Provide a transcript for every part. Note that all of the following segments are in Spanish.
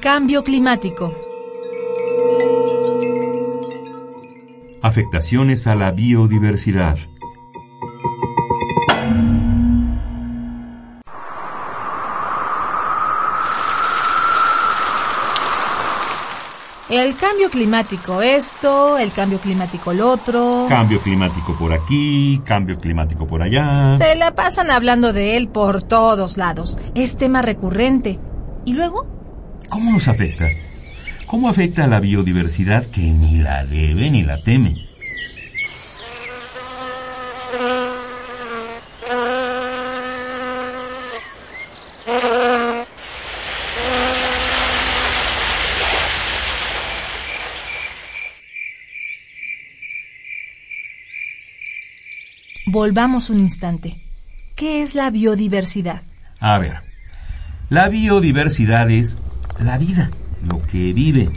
Cambio climático. Afectaciones a la biodiversidad. El cambio climático esto, el cambio climático lo otro. Cambio climático por aquí, cambio climático por allá. Se la pasan hablando de él por todos lados. Es tema recurrente. ¿Y luego? ¿Cómo nos afecta? ¿Cómo afecta a la biodiversidad que ni la debe ni la teme? Volvamos un instante. ¿Qué es la biodiversidad? A ver, la biodiversidad es la vida, lo que vive,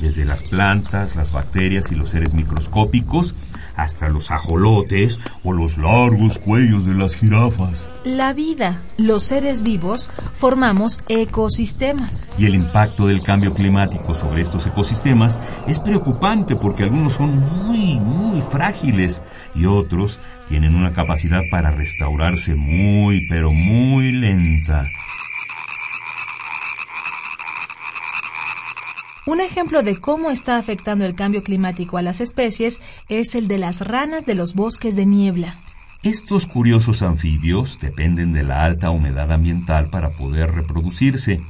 desde las plantas, las bacterias y los seres microscópicos, hasta los ajolotes o los largos cuellos de las jirafas. La vida, los seres vivos, formamos ecosistemas. Y el impacto del cambio climático sobre estos ecosistemas es preocupante porque algunos son muy, muy frágiles y otros tienen una capacidad para restaurarse muy, pero muy lenta. Un ejemplo de cómo está afectando el cambio climático a las especies es el de las ranas de los bosques de niebla. Estos curiosos anfibios dependen de la alta humedad ambiental para poder reproducirse,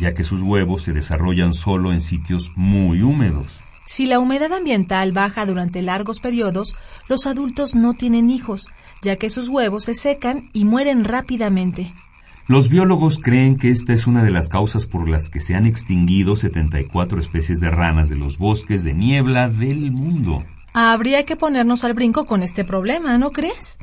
ya que sus huevos se desarrollan solo en sitios muy húmedos. Si la humedad ambiental baja durante largos periodos, los adultos no tienen hijos, ya que sus huevos se secan y mueren rápidamente. Los biólogos creen que esta es una de las causas por las que se han extinguido 74 especies de ranas de los bosques de niebla del mundo. Habría que ponernos al brinco con este problema, ¿no crees?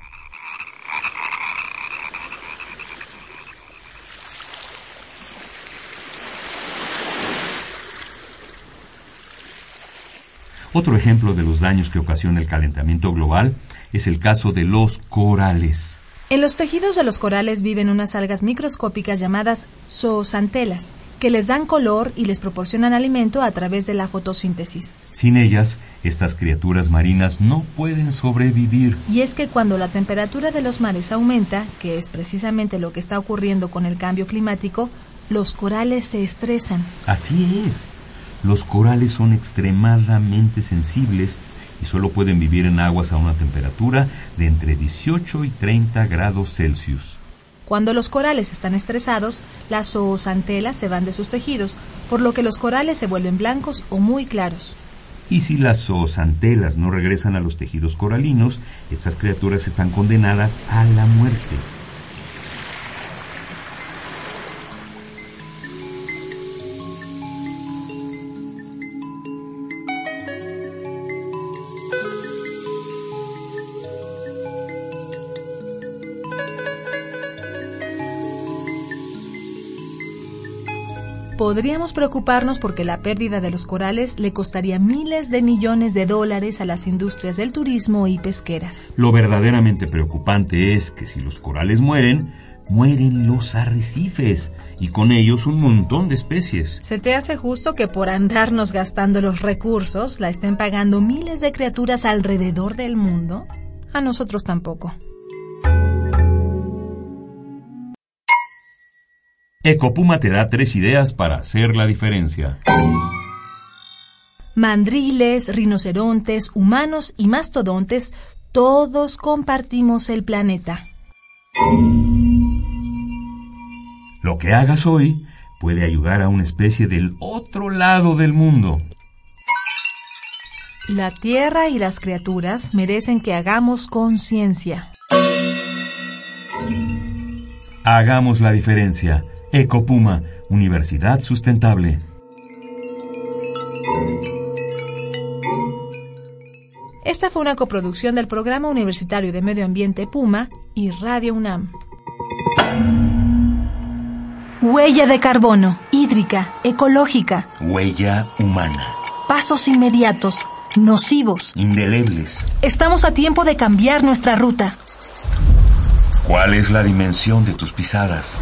Otro ejemplo de los daños que ocasiona el calentamiento global es el caso de los corales. En los tejidos de los corales viven unas algas microscópicas llamadas zoosantelas, que les dan color y les proporcionan alimento a través de la fotosíntesis. Sin ellas, estas criaturas marinas no pueden sobrevivir. Y es que cuando la temperatura de los mares aumenta, que es precisamente lo que está ocurriendo con el cambio climático, los corales se estresan. Así es. Los corales son extremadamente sensibles y solo pueden vivir en aguas a una temperatura de entre 18 y 30 grados Celsius. Cuando los corales están estresados, las zoosantelas se van de sus tejidos, por lo que los corales se vuelven blancos o muy claros. Y si las zoosantelas no regresan a los tejidos coralinos, estas criaturas están condenadas a la muerte. Podríamos preocuparnos porque la pérdida de los corales le costaría miles de millones de dólares a las industrias del turismo y pesqueras. Lo verdaderamente preocupante es que si los corales mueren, mueren los arrecifes y con ellos un montón de especies. ¿Se te hace justo que por andarnos gastando los recursos la estén pagando miles de criaturas alrededor del mundo? A nosotros tampoco. Ecopuma te da tres ideas para hacer la diferencia. Mandriles, rinocerontes, humanos y mastodontes, todos compartimos el planeta. Lo que hagas hoy puede ayudar a una especie del otro lado del mundo. La tierra y las criaturas merecen que hagamos conciencia. Hagamos la diferencia. Ecopuma, Universidad Sustentable. Esta fue una coproducción del Programa Universitario de Medio Ambiente Puma y Radio UNAM. Huella de carbono, hídrica, ecológica. Huella humana. Pasos inmediatos, nocivos. Indelebles. Estamos a tiempo de cambiar nuestra ruta. ¿Cuál es la dimensión de tus pisadas?